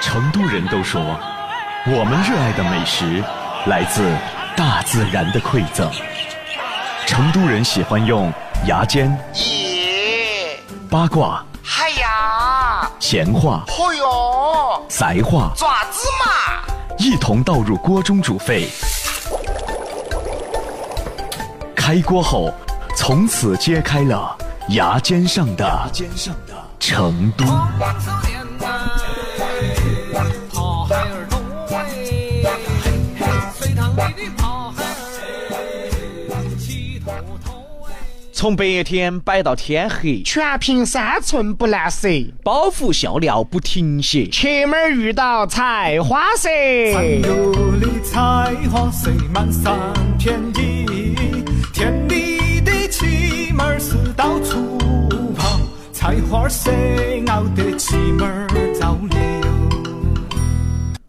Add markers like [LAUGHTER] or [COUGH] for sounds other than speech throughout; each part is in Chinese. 成都人都说，我们热爱的美食来自大自然的馈赠。成都人喜欢用牙尖、咦，八卦、哎呀，闲话、嚯哟，宅话爪子嘛，一同倒入锅中煮沸。开锅后，从此揭开了牙尖上的肩上的。成都。我吃年代，跑海儿多哎，隋唐里的跑海儿，七头头哎。从白天摆到天黑，全凭三寸不烂舌，包袱笑料不停歇。前面遇到菜花蛇。山沟里菜花虽满山遍野，田里的妻妹儿是到处跑，菜花谁熬得妻妹儿着了。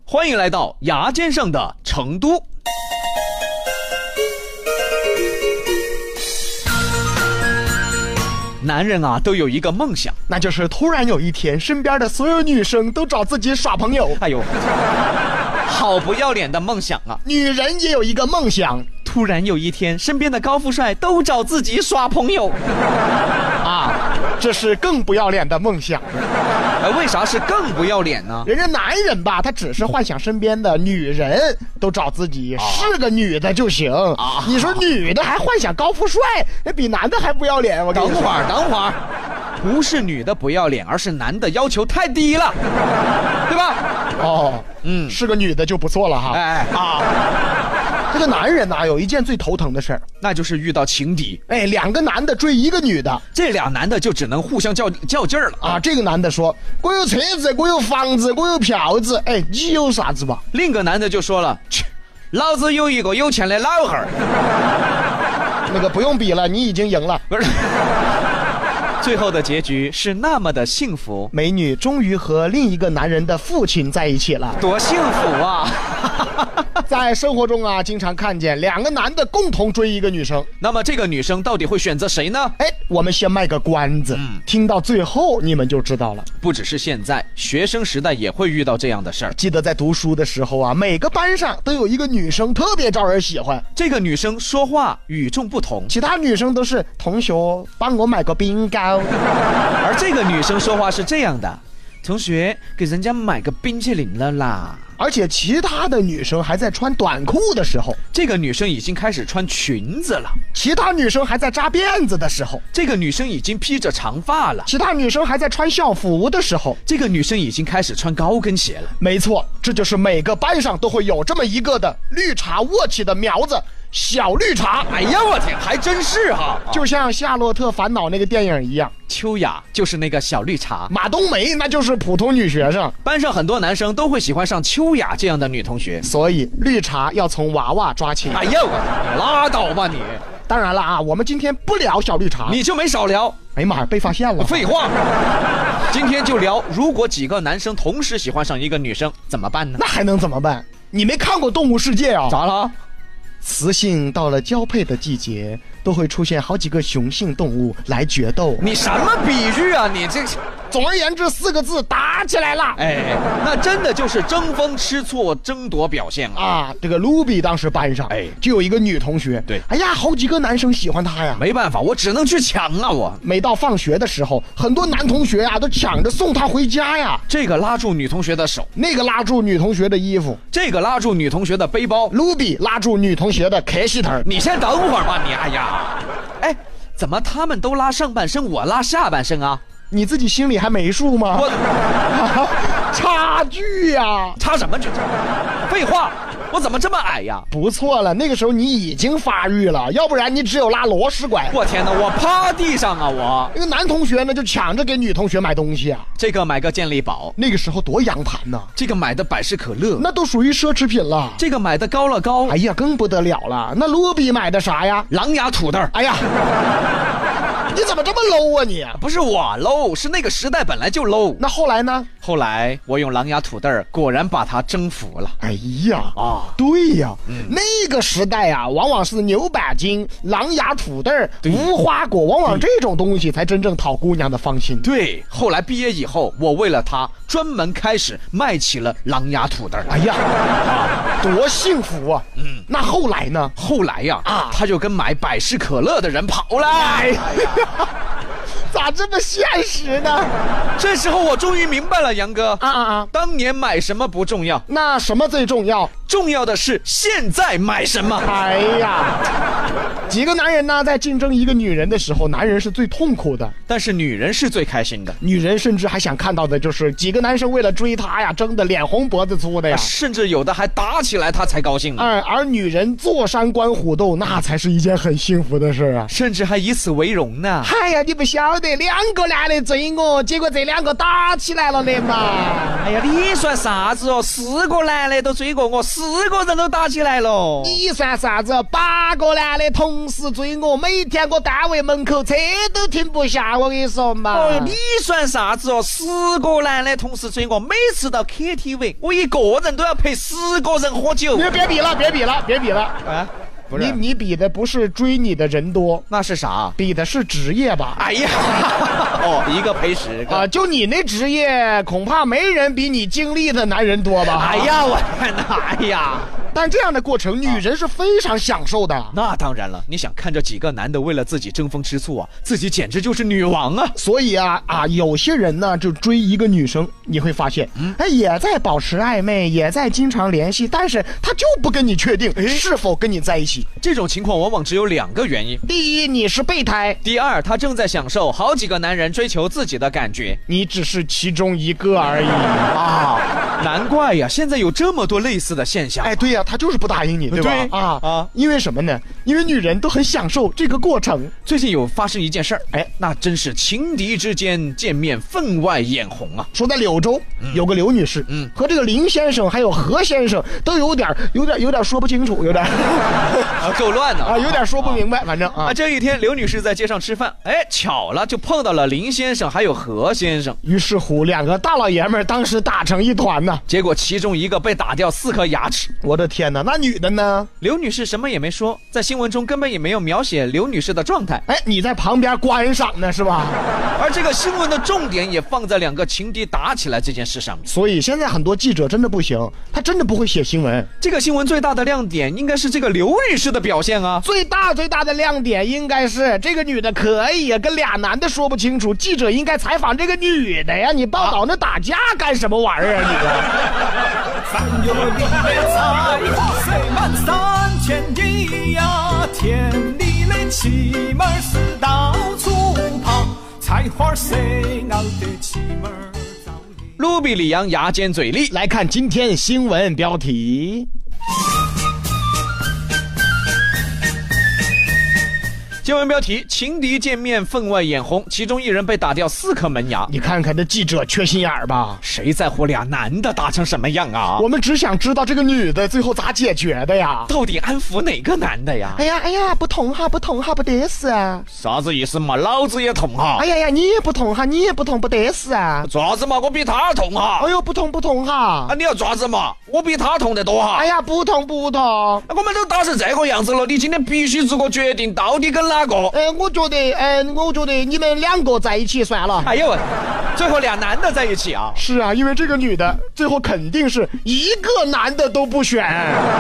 欢迎来到牙尖上的成都。男人啊，都有一个梦想。那就是突然有一天，身边的所有女生都找自己耍朋友。哎呦，好不要脸的梦想啊！女人也有一个梦想突然有一天，身边的高富帅都找自己耍朋友。啊，这是更不要脸的梦想。哎，为啥是更不要脸呢？人家男人吧，他只是幻想身边的女人都找自己是个女的就行。你说女的还幻想高富帅，那比男的还不要脸。我跟等你 [LAUGHS] 说会儿，等会儿，不是女的不要脸，而是男的要求太低了，对吧？哦，嗯，是个女的就不错了哈。哎啊，这个男人呐、有一件最头疼的事儿，那就是遇到情敌，哎，两个男的追一个女的这俩男的就只能互相较较劲儿了啊。这个男的说：“我有车子，我有房子，我有票子，哎，你有啥子吧？”另一个男的就说了：“切，老子有一个有钱的老汉儿。”那个不用比了，你已经赢了。不是， [LAUGHS] 最后的结局是那么的幸福，美女终于和另一个男人的父亲在一 [LAUGHS] 起了。多幸福啊！ [LAUGHS] 在生活中啊，经常看见两个男的共同追一个女生。那么这个女生到底会选择谁呢？哎，我们先卖个关子，听到最后你们就知道了。不只是现在，学生时代也会遇到这样的事儿。记得在读书的时候啊，每个班上都有一个女生特别招人喜欢，这个女生说话与众不同，其他女生都是同学帮我买个冰糕。而这个女生说话是这样的：“同学，给人家买个冰淇淋了啦。而且其他的女生还在穿短裤的时候，”这个女生已经开始穿裙子了，其他女生还在扎辫子的时候，这个女生已经披着长发了，其他女生还在穿校服的时候。这个女生已经开始穿高跟鞋了。没错，这就是每个班上都会有这么一个的绿茶握起的苗子，小绿茶。哎呀，我天，还真是哈、就像《夏洛特烦恼》那个电影一样，秋雅就是那个小绿茶，马冬梅那就是普通女学生，班上很多男生都会喜欢上秋雅这样的女同学。所以绿茶要从娃娃抓起。哎呀，我拉倒吧你，当然了啊，我们今天不聊小绿茶。你就没少聊。哎呀妈呀，被发现了！废话，今天就聊，如果几个男生同时喜欢上一个女生怎么办呢？那还能怎么办？你没看过《动物世界》啊？咋了？雌性到了交配的季节，都会出现好几个雄性动物来决斗。你什么比喻啊？你这，总而言之，四个字，打起来了！哎，那真的就是争风吃醋、争夺表现啊！啊，这个卢比当时班上，哎哎，就有一个女同学，对哎呀，好几个男生喜欢她呀。没办法，我只能去抢啊！我每到放学的时候，很多男同学呀、都抢着送她回家呀。这个拉住女同学的手，那个拉住女同学的衣服，这个拉住女同学的背包，卢比拉住女同学的开西头儿。你先等会儿吧，你哎呀，哎，怎么他们都拉上半身，我拉下半身啊？你自己心里还没数吗？我 [LAUGHS] 差距呀、插什么嘴？废话，我怎么这么矮呀？不错了，那个时候你已经发育了，要不然你只有拉螺丝拐。我天哪，我趴地上啊！我那个男同学呢，就抢着给女同学买东西啊。这个买个健力宝，那个时候多洋盘呐、这个买的百事可乐，那都属于奢侈品了。这个买的高乐高 [LAUGHS] 哎，呀，更不得了了，那卢比买的啥呀？ [LAUGHS] 狼牙土豆儿，哎呀，你怎么这么 low 啊你？不是我 low，是那个时代本来就 low。那后来呢？后来我用狼牙土豆儿，果然把它征服了。哎呀啊，对呀，那个时代啊，往往是牛板筋、狼牙土豆、无花果，往往这种东西才真正讨姑娘的芳心。对，后来毕业以后，我为了它专门开始卖起了狼牙土豆儿。哎呀，多幸福啊！嗯，那后来呢？后来呀，啊哎他就跟买百事可乐的人跑了。咋这么现实呢？这时候我终于明白了，杨哥啊啊啊！当年买什么不重要，那什么最重要？重要的是现在买什么。哎呀，几个男人呢，在竞争一个女人的时候，男人是最痛苦的。但是女人是最开心的，女人甚至还想看到的就是几个男生为了追她呀，争得脸红脖子粗的呀。啊甚至有的还打起来，她才高兴呢。而而女人坐山观虎斗，那才是一件很幸福的事儿啊！甚至还以此为荣呢。哎呀，你不晓得，两个男的追我，结果这两个打起来了的嘛！哎呀，你算啥子哦？四个男的都追过我，四个人都打起来了。你算啥子？八个男的同时追我，每天我单位门口车都停不下，我跟你说嘛！哦，你算啥子哦？十个男的同时追我，每次到 KTV，我一个人都要陪十个人喝酒你。别比了，别比了，别比了！啊，不你你比的不是追你的人多，那是啥？比的是职业吧？哎呀， [LAUGHS] 哦，一个陪十个。啊，就你那职业，恐怕没人比你经历的男人多吧？啊哎，呀，我天哪！哎呀，但这样的过程，女人是非常享受的。那当然了，你想看这几个男的为了自己争风吃醋啊，自己简直就是女王啊！所以啊啊，有些人呢就追一个女生，你会发现，嗯哎，也在保持暧昧，也在经常联系，但是他就不跟你确定哎是否跟你在一起。这种情况往往只有两个原因。第一，你是备胎，第二，她正在享受好几个男人追求自己的感觉你只是其中一个而已。啊，难怪呀，现在有这么多类似的现象。哎，对呀、他就是不答应你，对吧？对啊啊啊，因为什么呢？因为女人都很享受这个过程。最近有发生一件事儿，哎哎，那真是情敌之间见面分外眼红 [LAUGHS] 啊！说在柳州有个刘女士，嗯嗯，和这个林先生还有何先生都有点儿有点儿有点儿说不清楚，有点儿 [LAUGHS] 啊，够乱的啊，有点儿说不明白，反正啊啊！，这一天，刘女士在街上吃饭，哎，巧了，就碰到了林先生还有何先生。于是乎，两个大老爷们儿当时打成一团呐！结果其中一个被打掉四颗牙齿。我的天呐，那女的呢？刘女士什么也没说，在新闻中根本也没有描写刘女士的状态，哎，你在旁边观赏呢是吧？而这个新闻的重点也放在两个情敌打起来这件事上面。所以现在很多记者真的不行，他真的不会写新闻。这个新闻最大的亮点应该是这个刘女士的表现啊。最大最大的亮点应该是这个女的可以呀，跟俩男的说不清楚，记者应该采访这个女的呀。你报道那打架干什么玩意儿啊？咱有你的才华，塞满三千里呀，田里的气门是到处跑，菜花塞俺的气门儿早已。卢比里昂牙尖嘴利你，来看今天新闻标题：新闻标题：情敌见面分外眼红，其中一人被打掉四颗门牙。你看看这记者缺心眼儿吧？谁在乎俩男的打成什么样啊？我们只想知道这个女的最后咋解决的呀？到底安抚哪个男的呀？哎呀哎呀，不同哈，不同哈，不得事啊！啥子意思嘛？老子也痛哈哎！呀呀，你也不同哈，你也不同，不得事啊！爪子嘛？我比他痛哈哎！呦，不同不同啊，哈！你要爪子嘛？我比他痛得多哈哎！呀，不同不同。我们都打成这个样子了，你今天必须做个决定，到底跟哪个？呃，我觉得，呃，我觉得你们两个在一起算了。哎呦，喂，最后俩男的在一起啊？是啊，因为这个女的最后肯定是一个男的都不选。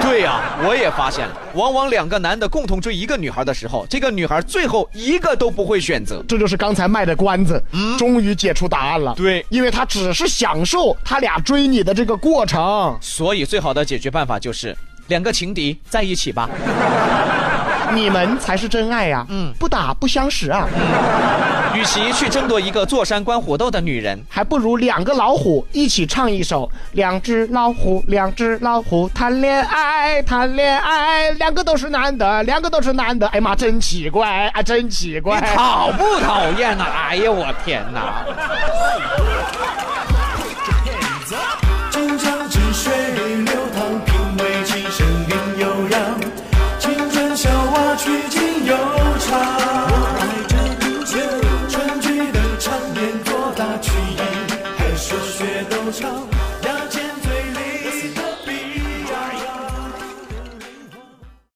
对呀、我也发现了，往往两个男的共同追一个女孩的时候，这个女孩最后一个都不会选择。这就是刚才卖的关子，终于解出答案了。对因为她只是享受他俩追你的这个过程。所以最好的解决办法就是两个情敌在一起吧。你们才是真爱呀、嗯，不打不相识啊，与其去争夺一个坐山观虎斗的女人，还不如两个老虎一起唱一首《两只老虎，两只老虎谈恋爱，谈恋爱》，两个都是男的，两个都是男的，哎呀妈，真奇怪啊，真奇你怪。讨不讨厌呐、哎呀，我天哪！今朝只水流